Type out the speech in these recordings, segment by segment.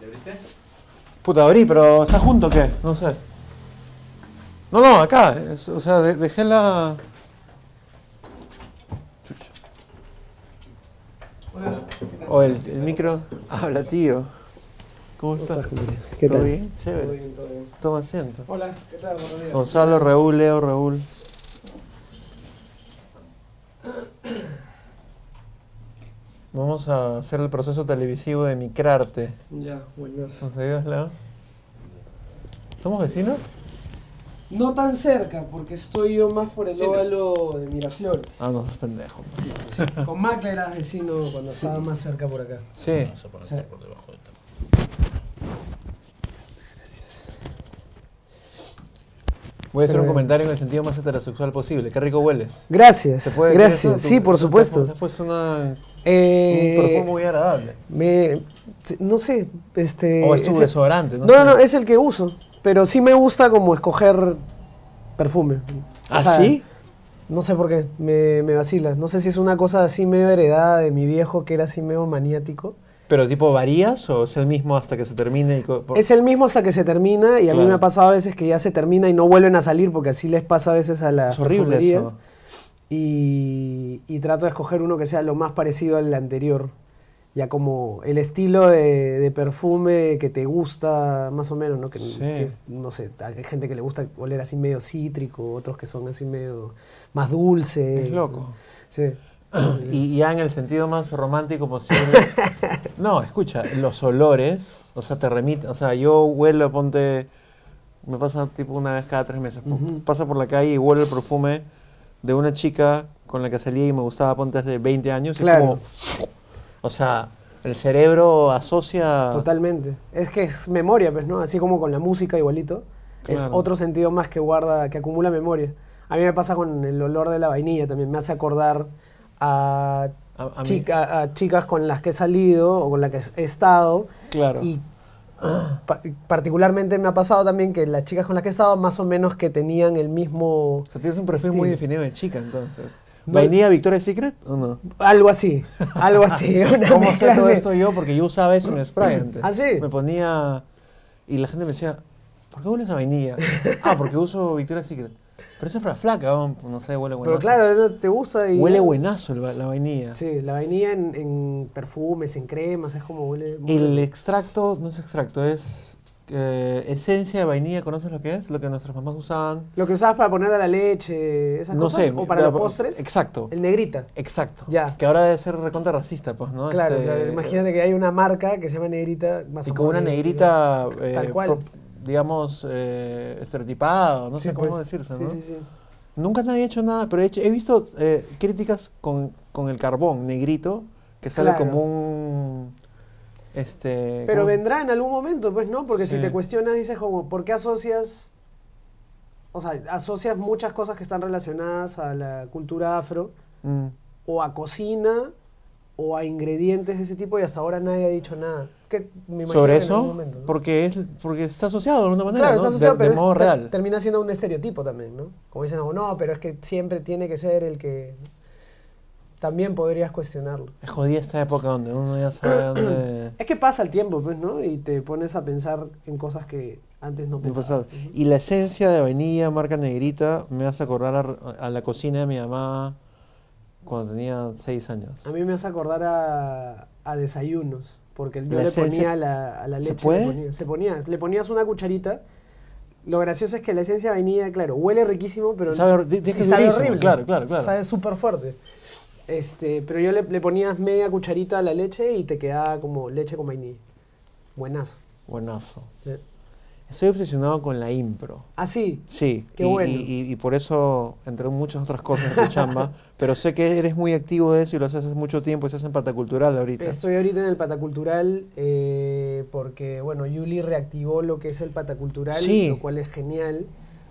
¿Le abriste? Puta, abrí, pero ¿está junto o qué? No sé. No, no, acá. es- o sea, de- dejé la... Chucha. Hola. O el, el micro. Habla, tío. ¿Cómo estás? ¿Qué ¿Todo tal? bien? Chévere. Toma asiento. Hola, ¿qué tal? Buenos días. Gonzalo, Raúl, Leo, Raúl. Vamos a hacer el proceso televisivo de Micrarte. Ya, buenas. ¿Conseguimos, Leo? ¿Somos vecinos? No tan cerca, porque estoy yo más por el óvalo de Miraflores. Ah, no, es pendejo. Sí, sí, sí. Con Macla era vecino cuando estaba más cerca por acá. Sí. Vamos a poner Sí. por debajo de esta. Voy a hacer un Pero- comentario en el sentido más heterosexual posible. Qué rico hueles. Gracias. ¿Se puede decir Gracias. eso? Sí, Tú- por te has- Te supuesto. has puesto una- Eh, un perfume muy agradable. me, no sé, este. O es tu ese- desodorante, no No, no, sé. no, es el que uso. Pero sí me gusta como escoger perfume. O ¿Ah, sea, sí? No sé por qué, me, me vacila. No sé si es una cosa así medio heredada de mi viejo que era así medio maniático. ¿Pero tipo varías o es el mismo hasta que se termine? Y co- por- Es el mismo hasta que se termina y a mí Claro. me ha pasado a veces que ya se termina y no vuelven a salir porque así les pasa a veces a las es horrible perfumerías. eso. Y, y trato de escoger uno que sea lo más parecido al anterior. Ya como el estilo de, de perfume que te gusta más o menos, ¿no? Que, Sí. si- no sé, hay gente que le gusta oler así medio cítrico, otros que son así medio más dulce. Es loco. Sí. Y ya en el sentido más romántico posible. no, escucha, los olores, o sea, te remiten, o sea, yo huelo, ponte, me pasa tipo una vez cada tres meses, po- pasa por la calle y huelo el perfume de una chica con la que salí y me gustaba, ponte hace 20 años, y es Claro. como, o sea, el cerebro asocia... Totalmente. Es que es memoria, pues, ¿no? Así como con la música igualito. Es Claro. otro sentido más que guarda, que acumula memoria. A mí me pasa con el olor de la vainilla también. Me hace acordar a, A- a mí- chica- a chicas con las que he salido o con las que he estado. Claro. Y pa- particularmente me ha pasado también que las chicas con las que he estado más o menos que tenían el mismo... O sea, tienes un perfil muy Sí. definido de chica, entonces. No- ¿Vainilla Victoria's Secret o no? Algo así, algo así. Una ¿Cómo sé mezcla todo así. esto yo? Porque yo usaba eso en spray antes. ¿Ah, sí? Me ponía. Y la gente me decía, ¿por qué hueles a vainilla? ah, porque uso Victoria's Secret. Pero eso es para flaca, ¿no? no sé, huele Pero buenazo. claro, te gusta y... Huele buenazo el va- la vainilla. Sí, la vainilla en, en perfumes, en cremas, es como huele. muy El rico. extracto, no es extracto, es eh, esencia de vainilla, ¿conoces lo que es? Lo que nuestras mamás usaban. Lo que usabas para poner a la leche, esas no cosas. sé. o para la- los postres. Exacto. El negrita. Exacto. Ya. Que ahora debe ser recontra racista, pues, ¿no? claro, Este, claro, imagínate que hay una marca que se llama negrita. más Y o con una menos, negrita, ya. Tal eh, cual. pro- digamos, eh, estereotipada, o no Sí, sé cómo pues. decirse, Sí, ¿no? Eh, sí, sí. Nunca nadie ha hecho nada, pero he, hecho- he visto eh, críticas con, con el carbón negrito, que sale Claro. como un... Este, Pero como- vendrá en algún momento, pues, ¿no? Porque Sí. si te cuestionas, dices como, ¿por qué asocias? O sea, asocias muchas cosas que están relacionadas a la cultura afro, Mm. o a cocina, o a ingredientes de ese tipo, y hasta ahora nadie ha dicho nada. Que me imagino sobre que en algún eso, momento, ¿no? porque, es, porque está asociado de alguna manera, Claro, ¿no? está De- asociado, de, pero es- modo te- real. termina siendo un estereotipo también, ¿no? Como dicen, "Oh, no, pero es que siempre tiene que ser el que... También podrías cuestionarlo. Es jodida esta época donde uno ya sabe dónde... Es que pasa el tiempo, pues, ¿no? Y te pones a pensar en cosas que antes no No pensaba. pensabas. Y la esencia de vainilla, marca negrita, me hace acordar a, a la cocina de mi mamá cuando tenía seis años. A mí me hace acordar a, a desayunos, porque yo La le esencia- ponía la, a la ¿Se leche. puede? Le ponía, se ponía, le ponías una cucharita. Lo gracioso es que la esencia de vainilla, claro, huele riquísimo, pero Sabe hor- di- di- y que es sabe durísimo, horrible. claro, claro, claro. Sabe súper fuerte. Este, pero yo le, le ponías media cucharita a la leche y te quedaba como leche con vainilla. Buenazo. Buenazo. Eh, Estoy obsesionado con la impro. Así. Sí, Qué y, bueno. y- y- y por eso, entre muchas otras cosas, tu chamba, pero sé que eres muy activo de eso y lo haces hace mucho tiempo, estás en Patacultural ahorita. Estoy ahorita en el patacultural eh, porque, bueno, Yuli reactivó lo que es el patacultural, Sí. lo cual es genial.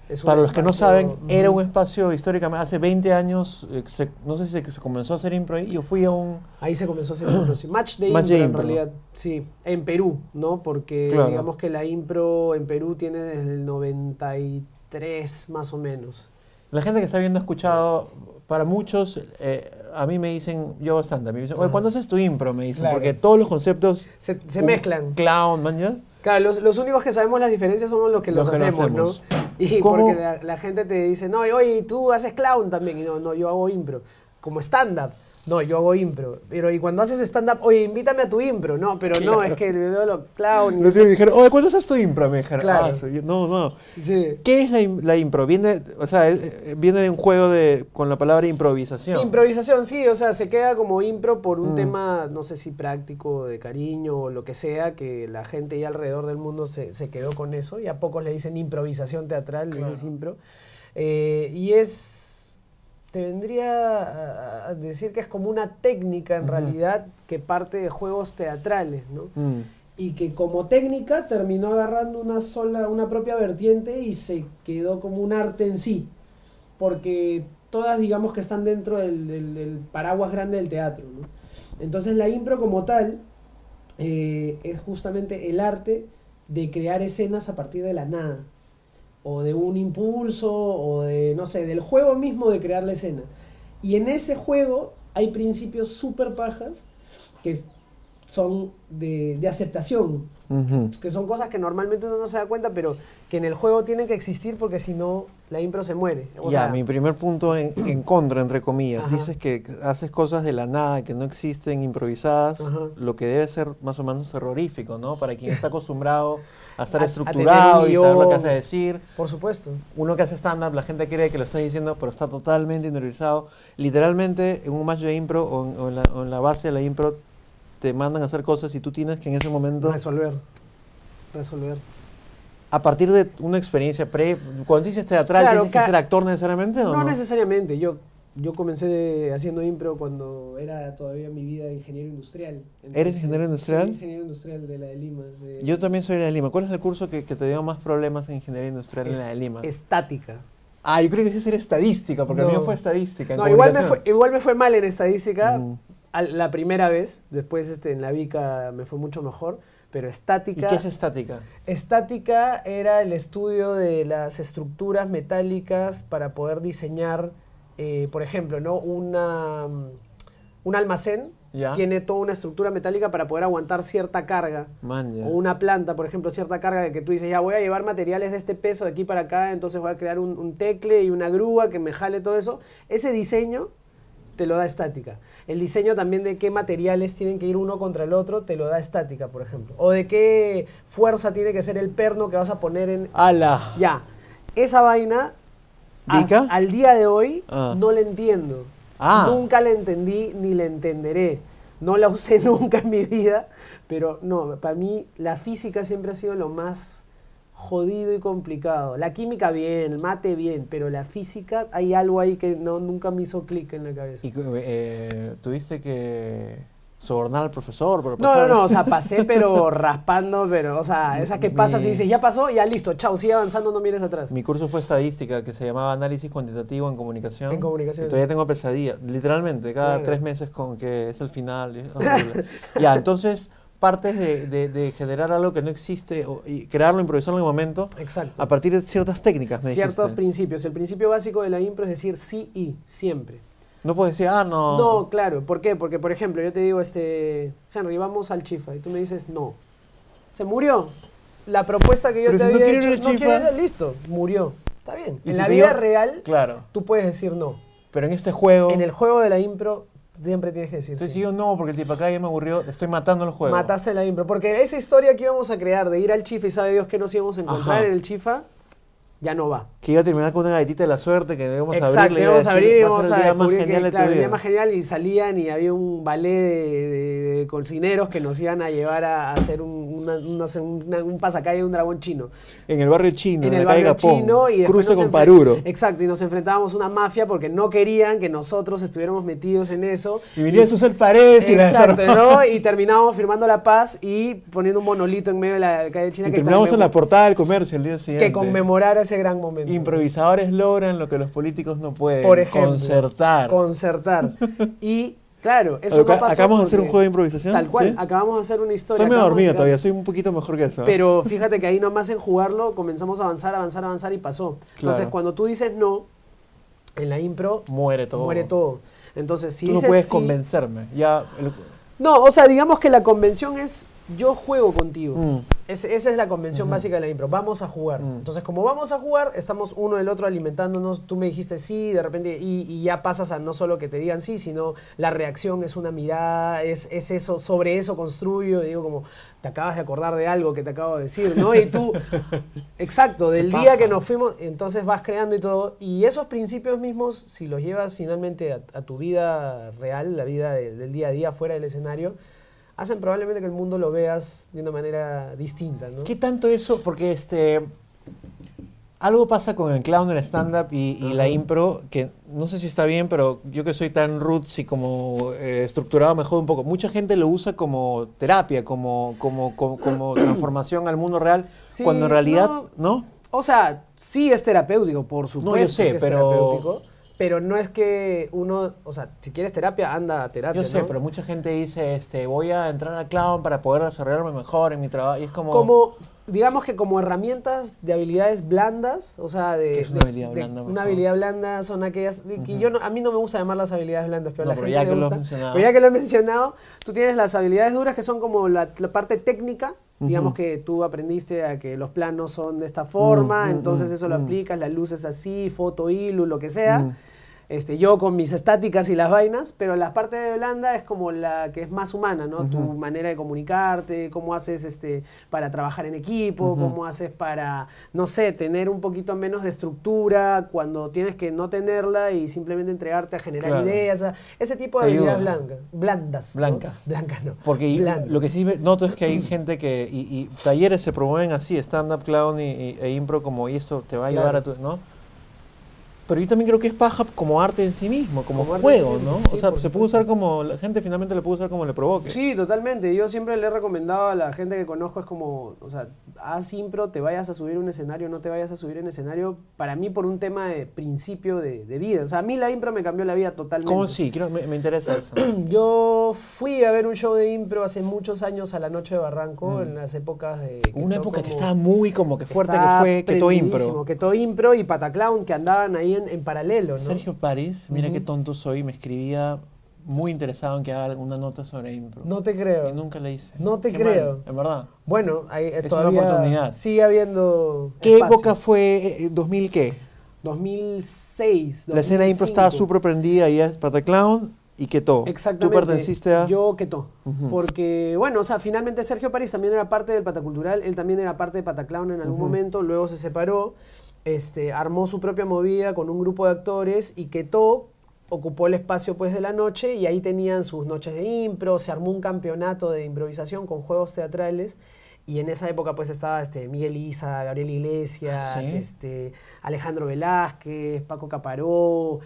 Es un Para los que no espacio- saben, era Ujú. un espacio históricamente, hace 20 años, eh, se- no sé si se, se comenzó a hacer impro ahí, yo fui a un... Ahí se comenzó a hacer impro, sí. Match de Match impro, de en impro. realidad. Sí, en Perú, ¿no? Porque Claro. digamos que la impro en Perú tiene desde el 93 más o menos. La gente que está viendo ha escuchado, para muchos, eh, a mí me dicen, yo bastante, a mí me dicen, oye, ¿cuándo haces tu impro? Me dicen, Claro. porque todos los conceptos Se, se un mezclan. Clown, man, ¿ya? Claro, los, los únicos que sabemos las diferencias somos los que los, Los que lo hacemos, hacemos. ¿no? Y ¿Cómo? porque la, la gente te dice, no, y oye, y tú haces clown también. Y no, no, yo hago impro. Como stand-up. No, yo hago impro. Pero y cuando haces stand-up, oye, invítame a tu impro. No, pero no, es que yo lo clown. Los tíos me dijeron, oye, ¿cuándo haces tu impro? Me dijeron, Claro. "Ah, soy- no, no. Sí. ¿Qué es la, im- la impro? Viene, o sea, eh, eh, viene de un juego de, con la palabra improvisación. Improvisación, sí, o sea, se queda como impro por un tema, no sé si práctico, de cariño o lo que sea, que la gente ya alrededor del mundo se, se quedó con eso y a pocos le dicen improvisación teatral, le dicen impro. Eh, y es, te vendría a- a decir que es como una técnica en realidad que parte de juegos teatrales, ¿no? Mm. y que como técnica terminó agarrando una sola, una propia vertiente y se quedó como un arte en sí, porque todas digamos que están dentro del, del- del paraguas grande del teatro. ¿no? Entonces la impro como tal eh, es justamente el arte de crear escenas a partir de la nada, o de un impulso, o de, no sé, del juego mismo de crear la escena. Y en ese juego hay principios súper pajas que es- son de, de aceptación, Ujú. que son cosas que normalmente uno no se da cuenta, pero que en el juego tienen que existir porque si no, la impro se muere. O ya, sea, mi primer punto en, en contra, entre comillas. Ajá. Dices que haces cosas de la nada, que no existen, improvisadas, Ajá. lo que debe ser más o menos terrorífico, ¿no? Para quien está acostumbrado a estar A- a estructurado tener y saber lo que guión. hace decir. Por supuesto. Uno que hace stand-up, la gente cree que lo estás diciendo, pero está totalmente interiorizado. Literalmente, en un match de impro o en, o en la, o en la base de la impro, te mandan a hacer cosas y tú tienes que en ese momento, Resolver. Resolver. a partir de una experiencia pre... Cuando dices teatral, Claro, ¿tienes que ca- ser actor necesariamente o No, no? necesariamente. Yo, yo comencé haciendo impro cuando era todavía mi vida de ingeniero industrial. ¿Eres ingeniero industrial? Soy ingeniero industrial de la de Lima. de- Yo también soy de la de Lima. ¿Cuál es el curso que, que te dio más problemas en ingeniería industrial Es- en la de Lima? Estática. Ah, yo creo que ese era estadística, porque el No. mío fue estadística. en No, igual me, fue, comunicación. igual me fue mal en estadística Mm. al- la primera vez. Después este, en la VICA me fue mucho mejor. Pero ¿Y estática. qué es estática? Estática era el estudio de las estructuras metálicas para poder diseñar, eh, por ejemplo, ¿no? Una, mm, un almacén Ya. tiene toda una estructura metálica para poder aguantar cierta carga. Man, ya. O una planta, por ejemplo, cierta carga de que tú dices, ya voy a llevar materiales de este peso de aquí para acá, entonces voy a crear un, un tecle y una grúa que me jale todo eso. Ese diseño te lo da estática. El diseño también de qué materiales tienen que ir uno contra el otro te lo da estática, por ejemplo. O de qué fuerza tiene que ser el perno que vas a poner en... ¡Hala! Ya, esa vaina as- ¿Vica? al día de hoy Ah. no la entiendo. Ah. Nunca la entendí ni la entenderé. No la usé nunca en mi vida, pero no, para mí la física siempre ha sido lo más jodido y complicado. La química bien, el mate bien, pero la física hay algo ahí que no nunca me hizo clic en la cabeza. ¿Y cu- eh, tuviste que sobornar al profesor? para No, no, pasar? no, o sea, pasé pero raspando, pero, o sea, esa que pasa si Me- dices, ya pasó, ya listo, chao, sigue avanzando, no mires atrás. Mi curso fue estadística, que se llamaba Análisis Cuantitativo en Comunicación. En comunicación. Y todavía tengo pesadilla, literalmente, cada Claro. tres meses con que es el final. y es horrible. ya, entonces partes de, de- de generar algo que no existe o- y crearlo, improvisarlo en el momento Exacto. a partir de ciertas técnicas, me ciertos dijiste. principios. El principio básico de la impro es decir sí y siempre. No puedes decir, ah, no. No, claro. ¿Por qué? Porque, por ejemplo, yo te digo, este, Henry, vamos al chifa. Y tú me dices, no. Se murió. La propuesta que yo Pero te si no había quiero ir hecho, al no chifa". quiero ir, listo, murió. Está bien. Y en si la te vida digo- real, Claro. tú puedes decir no. Pero en este juego. En el juego de la impro, siempre tienes que decir Entonces sí. yo no, porque el tipo acá ya me aburrió, estoy matando el juego. Mataste la impro. Porque esa historia que íbamos a crear de ir al chifa y sabe Dios que nos íbamos a encontrar Ajá. en el chifa, ya no va. Que iba a terminar con una galletita de la suerte que debemos Exacto, abrirle. y íbamos a decir, abrir, "Va íbamos ser a el día más descubrir que, genial de tu claro, el día vida". más genial y salían y había un ballet de, de- de colchineros que nos iban a llevar a hacer un, una- una- una- un pasacalle de un dragón chino. En el barrio chino, En en, el la calle barrio Capón. chino y después cruce nos con enfren- Paruro. Exacto, y nos enfrentábamos a una mafia porque no querían que nosotros estuviéramos metidos en eso. Y venía Susel Paredes y la Exacto, desarmó. ¿no? Y terminábamos firmando la paz y poniendo un monolito en medio de la calle china Y que, terminamos en la conmemo- portada del comercio el día siguiente. que conmemorara ese gran momento. Improvisadores logran lo que los políticos no pueden. Por ejemplo. Concertar. Concertar. Y claro, eso Acá- no pasó acabamos de hacer un porque- juego de improvisación. Tal cual, ¿sí? acabamos de hacer una historia. Estoy medio acabamos de dormido crear- todavía, soy un poquito mejor que eso. ¿eh? Pero fíjate que ahí nomás en jugarlo comenzamos a avanzar, avanzar, avanzar y pasó. Entonces, Claro. cuando tú dices no, en la impro Muere todo. muere todo. Entonces, si Tú no dices puedes sí- convencerme. Ya, el- No, o sea, digamos que la convención es yo juego contigo. Mm. Es- esa es la convención básica de la impro. Vamos a jugar. Mm. Entonces, como vamos a jugar, estamos uno del otro alimentándonos. Tú me dijiste sí, de repente, y, y ya pasas a no solo que te digan sí, sino la reacción es una mirada, es, es eso, sobre eso construyo. y Digo, como, te acabas de acordar de algo que te acabo de decir, ¿no? Y tú, exacto, del Qué día paja. que nos fuimos, entonces vas creando y todo. Y esos principios mismos, si los llevas finalmente a, a tu vida real, la vida de- del día a día fuera del escenario, hacen probablemente que el mundo lo veas de una manera distinta, ¿no? ¿Qué tanto eso? Porque este. Algo pasa con el clown, el stand-up y, y la impro, que no sé si está bien, pero yo que soy tan roots y como eh, estructurado me jode un poco. Mucha gente lo usa como terapia, como, como, como, como transformación al mundo real, Sí, cuando en realidad, ¿no? O sea, sí es terapéutico, por supuesto. sé, que es pero- terapéutico, pero no es que uno, o sea, si quieres terapia, anda a terapia. Yo sé, ¿no? pero mucha gente dice, este, voy a entrar a clown para poder desarrollarme mejor en mi trabajo. Y es como, como digamos que como herramientas de habilidades blandas, o sea, de ¿Qué es una de- habilidad de- blanda, por una favor? habilidad blanda son aquellas y que yo no- a mí no me gusta llamar las habilidades blandas, pero No, a la pero gente ya le que lo has gusta. mencionado. Pero ya que lo he mencionado, tú tienes las habilidades duras que son como la, la parte técnica, digamos que tú aprendiste a que los planos son de esta forma, Mm, mm, entonces mm, eso lo mm. aplicas, la luz es así, foto, hilo, lo que sea. Este, yo con mis estáticas y las vainas, pero la parte de blanda es como la que es más humana, ¿no? Tu manera de comunicarte, cómo haces este, para trabajar en equipo, cómo haces para, no sé, tener un poquito menos de estructura cuando tienes que no tenerla y simplemente entregarte a generar Claro. ideas, o sea, ese tipo de Te habilidades ayuda. blanca- blandas. ¿no? Blancas. Blancas, no. Porque Blandas. lo que sí me- noto es que hay gente que. Y, y talleres se promueven así, stand-up, clown y, y- e impro, como, y esto te va a ayudar Claro. a tu. ¿no? Pero yo también creo que es paja como arte en sí mismo, como, Como arte en sí juego, mismo, ¿no? sí, o sea, por se puede usar como. La gente finalmente lo puede usar como le provoque. Sí, totalmente. Yo siempre le he recomendado a la gente que conozco, es como, o sea, haz impro, te vayas a subir a un escenario, no te vayas a subir en escenario, para mí por un tema de principio de, de vida. O sea, a mí la impro me cambió la vida totalmente. ¿Cómo sí? Quiero- me, me interesa eso. Yo fui a ver un show de impro hace muchos años a la Noche de Barranco, en las épocas de... que Mm. Una todo época que como- estaba muy como que fuerte, que estaba fue Keto prendidísimo, Impro. Que todo impro y Pataclown, que andaban ahí en, en paralelo, ¿no? Sergio París, mira qué tonto soy, me escribía muy interesado en que haga alguna nota sobre impro. No te creo. y nunca le hice. No te Qué mal, creo. en verdad. Bueno, ahí eh, Es una todavía oportunidad. sigue habiendo ¿Qué espacio. época fue? eh, ¿2000 qué? 2006. La escena de impro estaba 2005. súper prendida y es Pataclown y Keto. Exactamente. Tú perteneciste a... Yo Keto. Porque, bueno, o sea, finalmente Sergio París también era parte del Patacultural, él también era parte de Pataclown en algún momento, luego se separó, este, armó su propia movida con un grupo de actores y Keto ocupó el espacio pues de la noche y ahí tenían sus noches de impro, se armó un campeonato de improvisación con juegos teatrales y en esa época pues estaba este, Miguel Isa, Gabriel Iglesias, Ah, ¿sí? este, Alejandro Velázquez, Paco Caparó,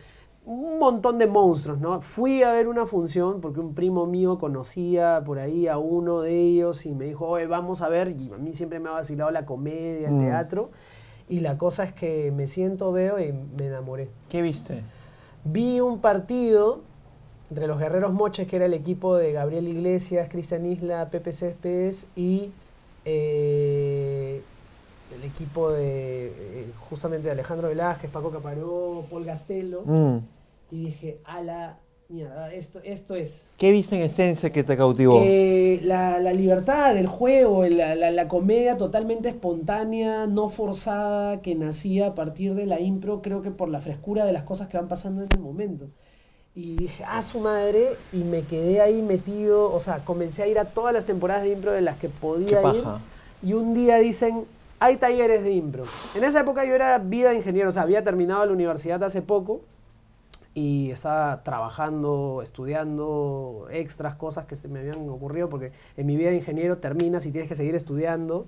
un montón de monstruos, ¿no? Fui a ver una función porque un primo mío conocía por ahí a uno de ellos y me dijo, oye, vamos a ver, y a mí siempre me ha vacilado la comedia, el Mm. teatro, y la cosa es que me siento, veo y me enamoré. ¿Qué viste? Vi un partido entre los Guerreros Moches, que era el equipo de Gabriel Iglesias, Cristian Isla, Pepe Céspedes y eh, el equipo de eh, justamente de Alejandro Velázquez, Paco Caparó, Paul Gastelo. Mm. Y dije, a la mierda, esto, esto es. ¿Qué viste en esencia que te cautivó? Eh, la, la libertad del juego, la, la- la comedia totalmente espontánea, no forzada, que nacía a partir de la impro, creo que por la frescura de las cosas que van pasando en el momento. Y dije, ah, su madre, y me quedé ahí metido, o sea, comencé a ir a todas las temporadas de impro de las que ¿Qué podía ir. paja? Y un día dicen, hay talleres de impro. En esa época yo era vida ingeniero, o sea, había terminado la universidad hace poco y estaba trabajando, estudiando extras, cosas que se me habían ocurrido, porque en mi vida de ingeniero terminas y tienes que seguir estudiando.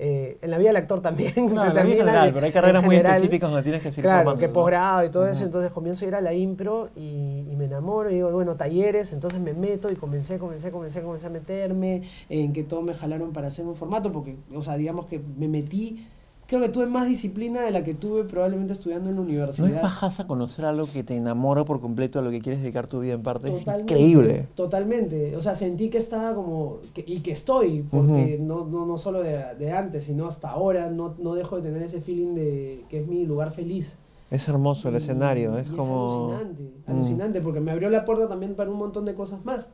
Eh, en la vida del actor también. Claro, la vida terminas en general, y- pero hay carreras en muy general, específicas donde tienes que seguir Claro, formándote, que ¿no? posgrado y todo eso, entonces comienzo a ir a la impro y, y me enamoro y digo, bueno, talleres, entonces me meto y comencé, comencé, comencé, comencé a meterme, en que todo me jalaron para hacer un formato, porque, o sea, digamos que me metí, creo que tuve más disciplina de la que tuve probablemente estudiando en la ¿No universidad. es pajas a conocer algo que te enamora por completo a lo que quieres dedicar tu vida en parte? Es Totalmente. increíble. Totalmente. O sea, sentí que estaba como. que- y que estoy, porque no, no, no solo de, de antes, sino hasta ahora, no, no dejo de tener ese feeling de que es mi lugar feliz. Es hermoso el Y- escenario, y es como... Alucinante, Mm. alucinante, porque me abrió la puerta también para un montón de cosas más.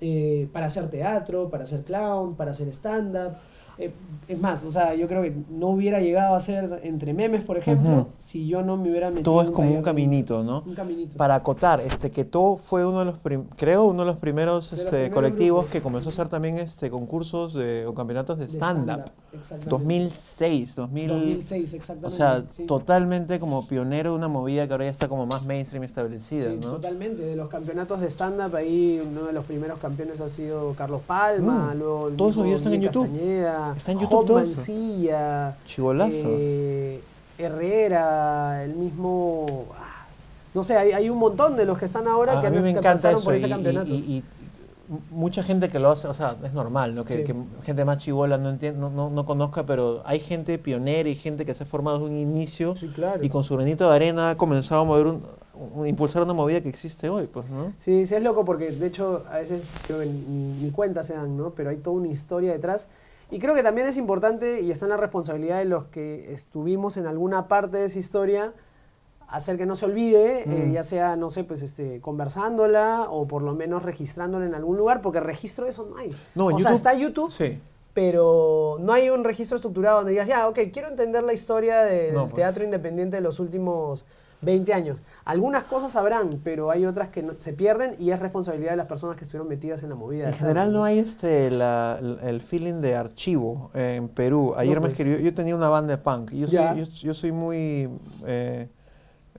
Eh, para hacer teatro, para hacer clown, para hacer stand-up. Eh, es más, o sea, yo creo que no hubiera llegado a ser entre memes, por ejemplo, Ujú. si yo no me hubiera metido. Todo es en como un taller- caminito, ¿no? Un caminito. Para acotar, este, que todo fue uno de los, prim- creo, uno de los primeros De los este, primeros colectivos grupos. que comenzó a hacer también este, concursos de, o campeonatos de de stand-up. exactamente. 2006, 2000, 2006, exactamente. o sea, sí. totalmente como pionero de una movida que ahora ya está como más mainstream establecida, Sí, ¿no? Totalmente, de los campeonatos de stand-up, ahí uno de los primeros campeones ha sido Carlos Palma, Mm, luego el todos esos mismo videos están en Miguel YouTube. Castañeda, Está en YouTube Job todo eso. Mancilla, Chibolazos. eh, Herrera, el mismo... ah, No sé, hay, hay un montón de los que están ahora a, que Ah, a han mí me que encanta pasaron eso por y, ese y- campeonato. y- y- y mucha gente que lo hace, o sea, es normal, ¿no? Que, Sí. que gente más chivola no, entien- no, no, no conozca, pero hay gente pionera y gente que se ha formado desde un inicio Sí, claro. y con su granito de arena ha comenzado a mover un, un- impulsar una movida que existe hoy, pues, ¿no? Sí, sí, es loco porque de hecho a veces creo que ni, ni cuenta se dan, ¿no? Pero hay toda una historia detrás. Y creo que también es importante y está en la responsabilidad de los que estuvimos en alguna parte de esa historia hacer que no se olvide, eh, Mm. ya sea, no sé, pues este, conversándola o por lo menos registrándola en algún lugar, porque registro de eso no hay. No, o en sea, YouTube- está YouTube, Sí. pero no hay un registro estructurado donde digas, ya, ok, quiero entender la historia del No, pues. teatro independiente de los últimos 20 años. Algunas cosas sabrán, pero hay otras que no- se pierden y es responsabilidad de las personas que estuvieron metidas en la movida. En ¿sabes? general no hay este la- el feeling de archivo en Perú. Ayer No, me pues. escribió, yo tenía una banda de punk. Yo soy, Ya. yo, yo soy muy eh,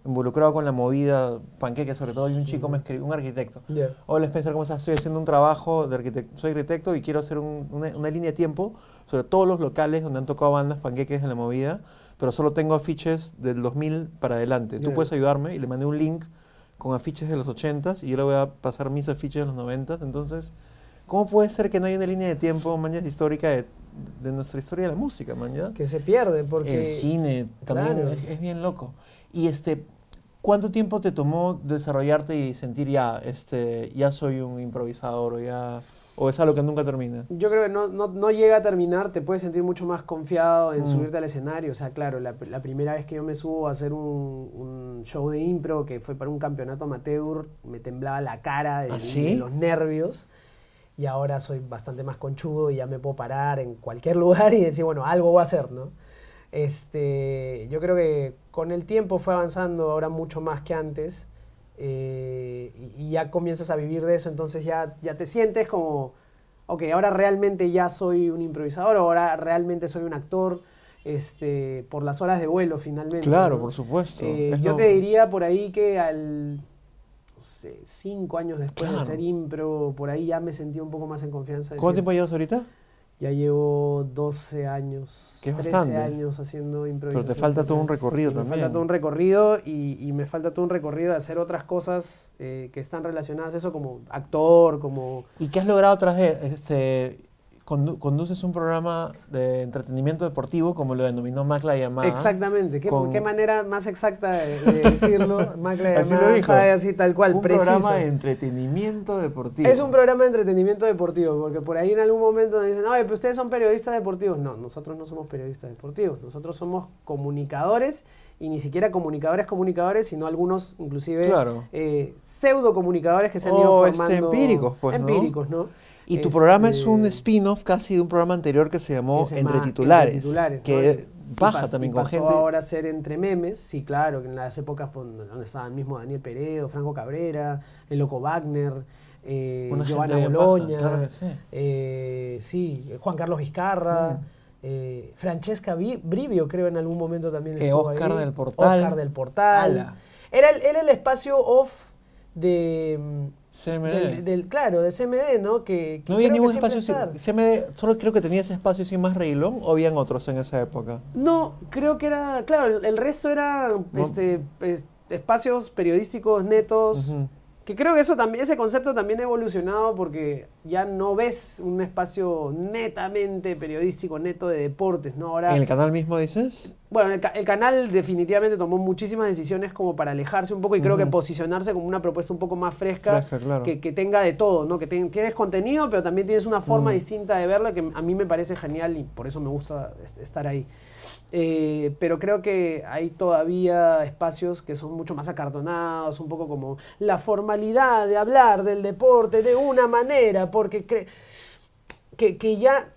involucrado con la movida panqueque sobre todo, y un chico me escribió, un arquitecto. Ya. Hola Spencer, ¿cómo estás? Estoy haciendo un trabajo de arquitecto, soy arquitecto y quiero hacer un- una, una línea de tiempo sobre todos los locales donde han tocado bandas panqueques en la movida, pero solo tengo afiches del 2000 para adelante. ¿Tú Ya. puedes ayudarme? Y le mandé un link con afiches de los 80s y yo le voy a pasar mis afiches de los 90s. Entonces, ¿cómo puede ser que no haya una línea de tiempo, mañana histórica de, de nuestra historia de la música, mañana? Que se pierde porque... El cine también Claro. es, es bien loco. Y este, ¿cuánto tiempo te tomó desarrollarte y sentir ya, este, ya soy un improvisador o ya, o es algo que nunca termina? Yo creo que no, no- no llega a terminar, te puedes sentir mucho más confiado en Mm. subirte al escenario. O sea, claro, la, la primera vez que yo me subo a hacer un, un show de impro, que fue para un campeonato amateur, me temblaba la cara de, ¿Ah, sí? de los nervios. Y ahora soy bastante más conchudo y ya me puedo parar en cualquier lugar y decir, bueno, algo voy a hacer, ¿no? Este, yo creo que con el tiempo fue avanzando ahora mucho más que antes eh, y, y ya comienzas a vivir de eso, entonces ya, ya te sientes como, ok, ahora realmente ya soy un improvisador, ahora realmente soy un actor este, por las horas de vuelo finalmente. Claro, ¿no? por supuesto. Eh, Es yo lo- te diría por ahí que al no sé, cinco años después de Claro. hacer impro, por ahí ya me sentí un poco más en confianza. de ¿Cuánto decir, tiempo llevas ahorita? Ya llevo 12 años, Que es 13 bastante. años haciendo improvisación. Pero te falta todo un recorrido Sí, también. Me falta todo un recorrido y, y me falta todo un recorrido de hacer otras cosas eh, que están relacionadas a eso, como actor, como... ¿Y qué has logrado tras de, este, condu- conduces un programa de entretenimiento deportivo como lo denominó Mac la llamada? Exactamente, ¿qué, con- qué manera más exacta de, de decirlo? Macla Así lo además dijo. sabe así tal cual, Un preciso. programa de entretenimiento deportivo. Es un programa de entretenimiento deportivo, porque por ahí en algún momento me dicen, oye, pero ustedes son periodistas deportivos. No, nosotros no somos periodistas deportivos, nosotros somos comunicadores y ni siquiera comunicadores comunicadores, sino algunos inclusive Claro. eh, pseudo comunicadores que se han O, ido este, formando. empíricos, pues, ¿no? Empíricos, ¿no? Y tu programa es Este, un spin-off casi de un programa anterior que se llamó que se llama Entre Titulares. Entre Titulares, que ¿no? Y baja pas- también y con pasó gente. ahora a ser entre memes, sí, claro, que en las épocas pon- donde estaban mismo Daniel Peredo, Franco Cabrera, el Loco Wagner, eh, Una gente Giovanna bien baja, Boloña, claro que sí. eh, sí, eh, Juan Carlos Mm. Vizcarra, eh, Francesca Vi- Brivio, creo, en algún momento también Eh, estuvo Oscar ahí. del Portal. Oscar del Portal. Ala. Era el, era el espacio off de... mm, CMD. Del, del- claro, de CMD, ¿no? Que, que no había creo que ningún siempre espacio. está. sin- CMD, solo creo que tenía ese espacio sin más reilón o habían otros en esa época. No, creo que era, claro, el, el resto era este, es- espacios periodísticos netos, Ujú. que creo que eso también, ese concepto también ha evolucionado porque ya no ves un espacio netamente periodístico, neto de deportes, ¿no? Ahora, ¿En el canal mismo dices? Bueno, el, ca- el canal definitivamente tomó muchísimas decisiones como para alejarse un poco y creo que Ujú. posicionarse como una propuesta un poco más fresca, Fresca, claro. que, que tenga de todo, ¿no? Que ten- tienes contenido, pero también tienes una forma distinta de verla que a mí me parece genial y por eso me gusta est- estar ahí. Eh, pero creo que hay todavía espacios que son mucho más acartonados, un poco como la formalidad de hablar del deporte de una manera, porque cre- que, que ya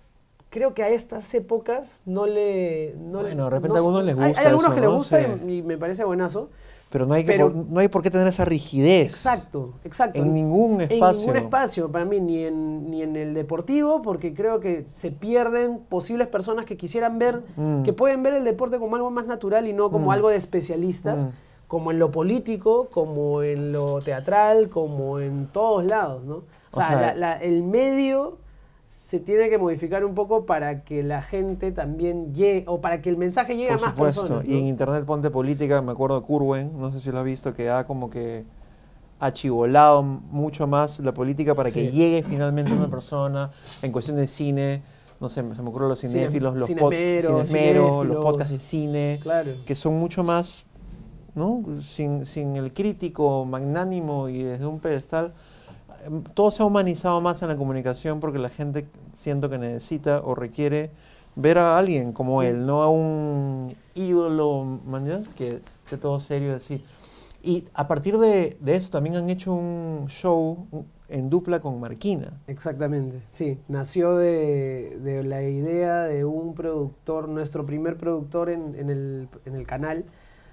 creo que a estas épocas no le... No le- Bueno, de repente no a s- algunos les hay- Hay, gusta algunos eso, que les ¿no? gusta y- Sí. y, me parece buenazo. Pero no hay, que Pero- por, no hay por qué tener esa rigidez. Exacto, exacto. En ningún En espacio. ningún espacio, para mí, ni en, ni en el deportivo, porque creo que se pierden posibles personas que quisieran ver, Mm. que pueden ver el deporte como algo más natural y no como Mm. algo de especialistas, Mm. como en lo político, como en lo teatral, como en todos lados, ¿no? O O sea, sea, la- la- el medio se tiene que modificar un poco para que la gente también llegue, o para que el mensaje llegue Por a más supuesto. personas. Y en ¿no? internet ponte política, me acuerdo de Curwen, no sé si lo has visto, que ha como que achivolado mucho más la política para que llegue finalmente a una persona en cuestión de cine. No sé, se me ocurren los Cine- cinéfilos, los pod- cinemeros, cinesmeros, cinéfilos. los podcasts de cine, Claro. que son mucho más, ¿no? Sin, sin el crítico magnánimo y desde un pedestal. Em, Todo se ha humanizado más en la comunicación porque la gente siento que necesita o requiere ver a alguien como él, no a un ídolo, mañana que esté todo serio así. Y a partir de, de eso también han hecho un show en dupla con Marquina. Exactamente, sí. Nació de, de la idea de un productor, nuestro primer productor en, en el, en el canal,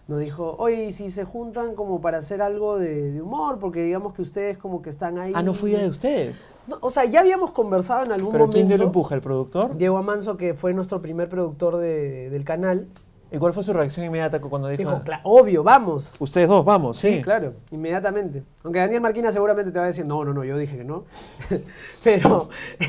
nos dijo, oye, ¿y si se juntan como para hacer algo de, de humor? Porque digamos que ustedes como que están ahí. Ah, no fui idea de ustedes. No, o sea, ya habíamos conversado en algún Pero momento. ¿quién dio el empuje? ¿El productor? Diego Amanso, que fue nuestro primer productor de- del canal, ¿Y cuál fue su reacción inmediata cuando dijo? dijo, "Cla- obvio, vamos. Ustedes dos, vamos, sí. Sí, claro, inmediatamente. Aunque Daniel Marquina seguramente te va a decir, no, no, no, yo dije que no. Pero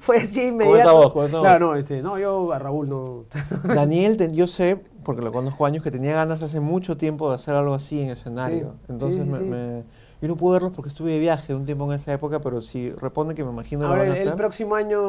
fue así inmediato. esa voz, con esa voz. Claro, no, este, no, yo a Raúl no. Daniel, te- yo sé, porque lo conozco años, que tenía ganas hace mucho tiempo de hacer algo así en escenario. Sí, Entonces, sí, sí, me- sí. me- yo no pude verlos porque estuve de viaje un tiempo en esa época, pero si responde que me imagino Ahora, lo el, van a hacer. próximo año,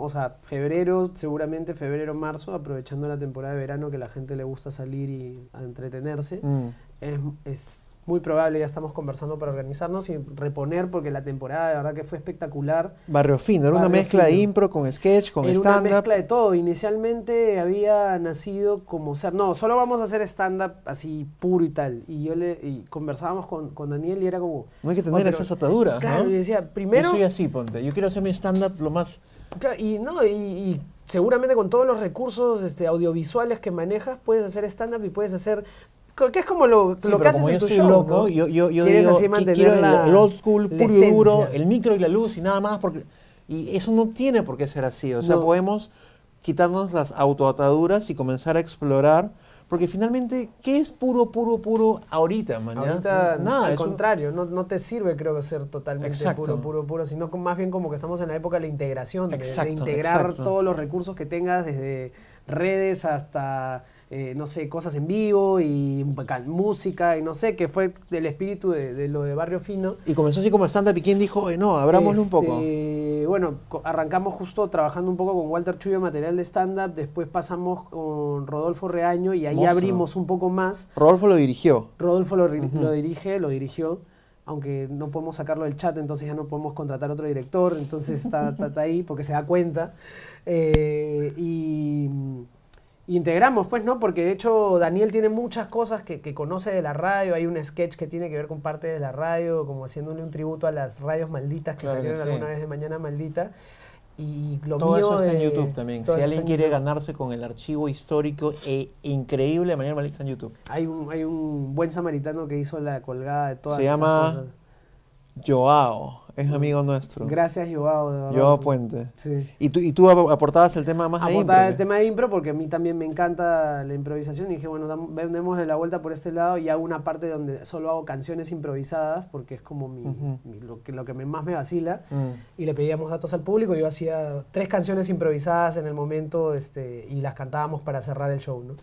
o sea, febrero, seguramente febrero, marzo, aprovechando la temporada de verano que la gente le gusta salir y a entretenerse, Mm. es, es muy probable, ya estamos conversando para organizarnos y reponer, porque la temporada de verdad que fue espectacular. Barrio Fino, era una Barrio mezcla de Fino. impro con sketch, con Era una stand-up. mezcla de todo. Inicialmente había nacido como ser, no, solo vamos a hacer stand-up así puro y tal. Y yo le y conversábamos con, con Daniel y era como. No hay que "Oh, tener pero- esas ataduras, Claro, ¿no? y decía, primero. Yo soy así, ponte. Yo quiero hacer mi stand-up lo más... Claro, y no, y, y seguramente con todos los recursos este, audiovisuales que manejas, puedes hacer stand-up y puedes hacer. co- que es como lo, Sí, lo que pero haces como en yo tu soy show, loco, ¿no? yo, yo, yo Quieres digo, así "Qui- mantener quiero el, la- el old school, la puro y duro, esencia. el micro y la luz y nada más, porque y eso no tiene por qué ser así. O sea, No. podemos quitarnos las autoataduras y comenzar a explorar, porque finalmente, ¿qué es puro, puro, puro ahorita, mañana? Ahorita, nada, al es un- contrario, no, no te sirve, creo, ser totalmente Exacto. puro, puro, puro, sino con- más bien como que estamos en la época de la integración, de- de, Exacto, integrar exacto. todos los recursos que tengas, desde redes hasta, eh, no sé, cosas en vivo y can- música y no sé, que fue del espíritu de, de lo de Barrio Fino. Y comenzó así como stand-up y quién dijo, "Oye, no, abrámoslo un poco. Este, Bueno, co- arrancamos justo trabajando un poco con Walter Chuyo, material de stand-up, después pasamos con Rodolfo Reaño y ahí Monstruo. abrimos un poco más. Rodolfo lo dirigió. Rodolfo lo, ri- lo dirige, lo dirigió, aunque no podemos sacarlo del chat, entonces ya no podemos contratar otro director, entonces está, está- está ahí porque se da cuenta. Eh, y, y integramos, pues, ¿no? Porque de hecho Daniel tiene muchas cosas que, que conoce de la radio, hay un sketch que tiene que ver con parte de la radio, como haciéndole un tributo a las radios malditas que Claro que salieron sí. alguna vez de Mañana Maldita. Y lo Todo mío eso está en de- YouTube también. Si todo eso alguien está en quiere ganarse con el archivo histórico e increíble de Mañana Malek está en YouTube. Hay un, hay un buen samaritano que hizo la colgada de todas Se esas llama- cosas. Joao es amigo nuestro. Gracias, Joao. de verdad. Joao Puente. Sí. Y tú, y tú ap- aportabas el tema más pues, de impro, pues. Aportaba el ¿qué? tema de impro porque a mí también me encanta la improvisación y dije, bueno, dam- vendemos de la vuelta por este lado y hago una parte donde solo hago canciones improvisadas porque es como mi, Ujú. mi- lo, que, lo que me- más me vacila. Mm. Y le pedíamos datos al público, yo hacía tres canciones improvisadas en el momento este, y las cantábamos para cerrar el show, ¿no?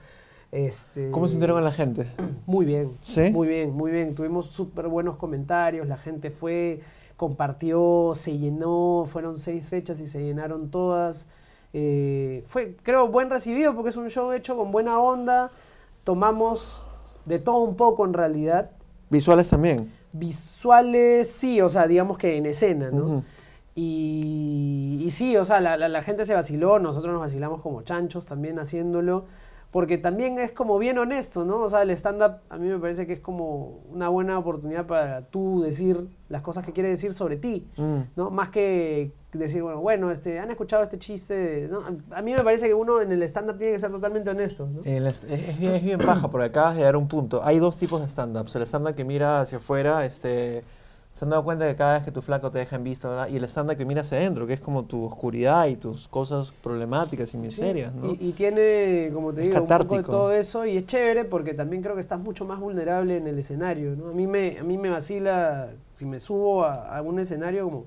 Este, ¿Cómo se enteraron la gente? Muy bien, ¿Sí? muy bien, muy bien. Tuvimos súper buenos comentarios, la gente fue, compartió, se llenó, fueron seis fechas y se llenaron todas. Eh, fue, creo, buen recibido porque es un show hecho con buena onda. Tomamos de todo un poco en realidad. Visuales también. Visuales, sí, o sea, digamos que en escena, ¿no? Ujú. Y, y sí, o sea, la, la- la gente se vaciló, nosotros nos vacilamos como chanchos también haciéndolo, porque también es como bien honesto, ¿no? O sea, el stand-up a mí me parece que es como una buena oportunidad para tú decir las cosas que quieres decir sobre ti, Mm. ¿no? Más que decir, bueno, bueno, este, han escuchado este chiste, ¿no? A- A mí me parece que uno en el stand-up tiene que ser totalmente honesto, ¿no? El est- e, es, es bien- es bien paja porque acabas de dar un punto. Hay dos tipos de stand-ups. El stand-up que mira hacia afuera, este, se han dado cuenta que cada vez que tu flaco te deja en vista, ¿verdad? y el stand-up que mira hacia adentro, que es como tu oscuridad y tus cosas problemáticas y Sí, miserias. ¿no? Y, y tiene, como te Es digo, un poco catártico. de todo eso y es chévere porque también creo que estás mucho más vulnerable en el escenario, ¿no? A mí me, a mí me vacila si me subo a, a un escenario como,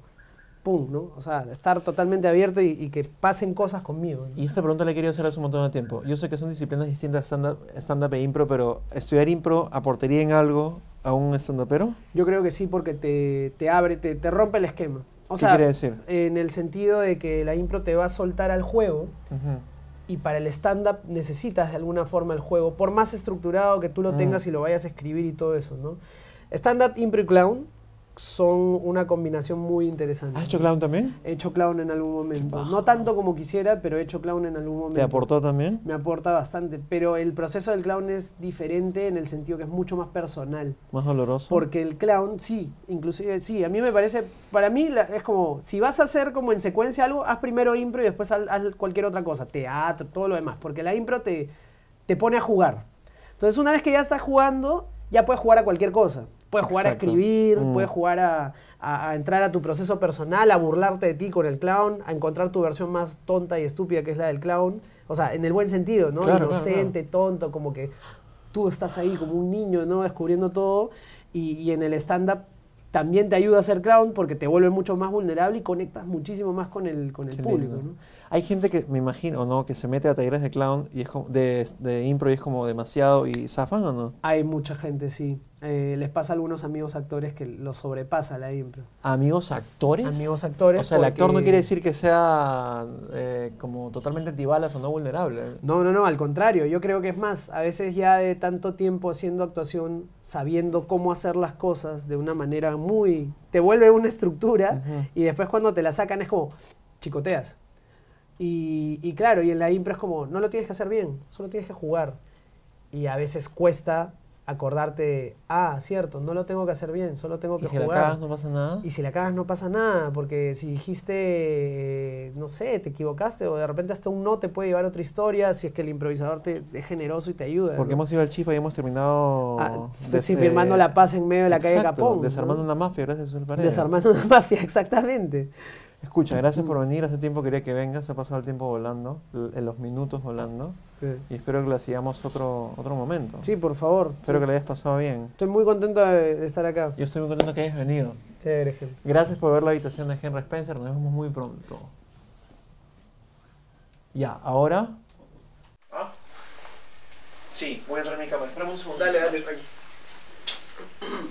pum, ¿no? O sea, estar totalmente abierto y, y que pasen cosas conmigo. ¿no? Y esta pregunta la he querido hacer hace un montón de tiempo. Yo sé que son disciplinas distintas, stand-up stand-up e impro, pero ¿estudiar impro aportaría en algo a un stand-upero? Yo creo que sí porque te, te abre, te, te rompe el esquema. O ¿Qué sea, quiere decir? en el sentido de que la impro te va a soltar al juego Ujú. y para el stand-up necesitas de alguna forma el juego, por más estructurado que tú lo Mm. tengas y lo vayas a escribir y todo eso, ¿no? Stand-up, impro y clown son una combinación muy interesante. ¿Has hecho clown también? He hecho clown en algún momento. paja. No tanto como quisiera, pero he hecho clown en algún momento. ¿Te aportó también? Me aporta bastante, pero el proceso del clown es diferente en el sentido que es mucho más personal. ¿Más doloroso? Porque el clown, sí, inclusive sí, a mí me parece, para mí la- es como, si vas a hacer como en secuencia algo, haz primero impro y después haz, haz cualquier otra cosa, teatro, todo lo demás, porque la impro te, te pone a jugar. Entonces una vez que ya estás jugando, ya puedes jugar a cualquier cosa. Puedes jugar Exacto. a escribir, Mm. puedes jugar a, a- a entrar a tu proceso personal, a burlarte de ti con el clown, a encontrar tu versión más tonta y estúpida que es la del clown. O sea, en el buen sentido, ¿no? Claro, claro, Inocente, tonto, como que tú estás ahí como un niño, ¿no? Descubriendo todo. Y, y en el stand-up también te ayuda a ser clown porque te vuelve mucho más vulnerable y conectas muchísimo más con el, con el Qué público, lindo. ¿no? Hay gente que, me imagino, o ¿no? Que se mete a talleres de clown y es como, de, de impro y es como demasiado y zafan o no. Hay mucha gente, sí. Eh, les pasa a algunos amigos actores que lo sobrepasa la impro. ¿Amigos actores? Amigos actores. O sea, el actor no porque- quiere decir que sea eh, como totalmente antibalas o no vulnerable. No, no, no, al contrario, yo creo que es más, a veces ya de tanto tiempo haciendo actuación, sabiendo cómo hacer las cosas de una manera muy... te vuelve una estructura Ujú. y después cuando te la sacan es como chicoteas. Y, y claro, y en la impro es como, no lo tienes que hacer bien, solo tienes que jugar. Y a veces cuesta acordarte, ah, cierto, no lo tengo que hacer bien, solo tengo que Y si la jugar. cagas no pasa nada. Y si la cagas no pasa nada, porque si dijiste, eh, no sé, te equivocaste o de repente hasta un no te puede llevar a otra historia si es que el improvisador te, es generoso y te ayuda. Porque ¿no? hemos ido al chifa y hemos terminado Ah, sí, des- sí, firmando eh, la paz en medio de la calle exacto, Capón. ¿no? Desarmando una mafia, gracias Sol Paredes. Desarmando una mafia, exactamente. Escucha, gracias por venir. Hace tiempo quería que vengas. Ha pasado el tiempo volando, l- eh, los minutos volando. Y espero que lo sigamos otro, otro momento. Sí, por favor. Espero que lo hayas pasado bien. Estoy muy contento de, de estar acá. Yo estoy muy contento que hayas venido. Chévere, gente. Gracias por ver la habitación de Henry Spencer. Nos vemos muy pronto. Ya, ahora. ¿Ah? Sí, voy a entrar en mi cámara. Espera un segundo. dale, tranquilo.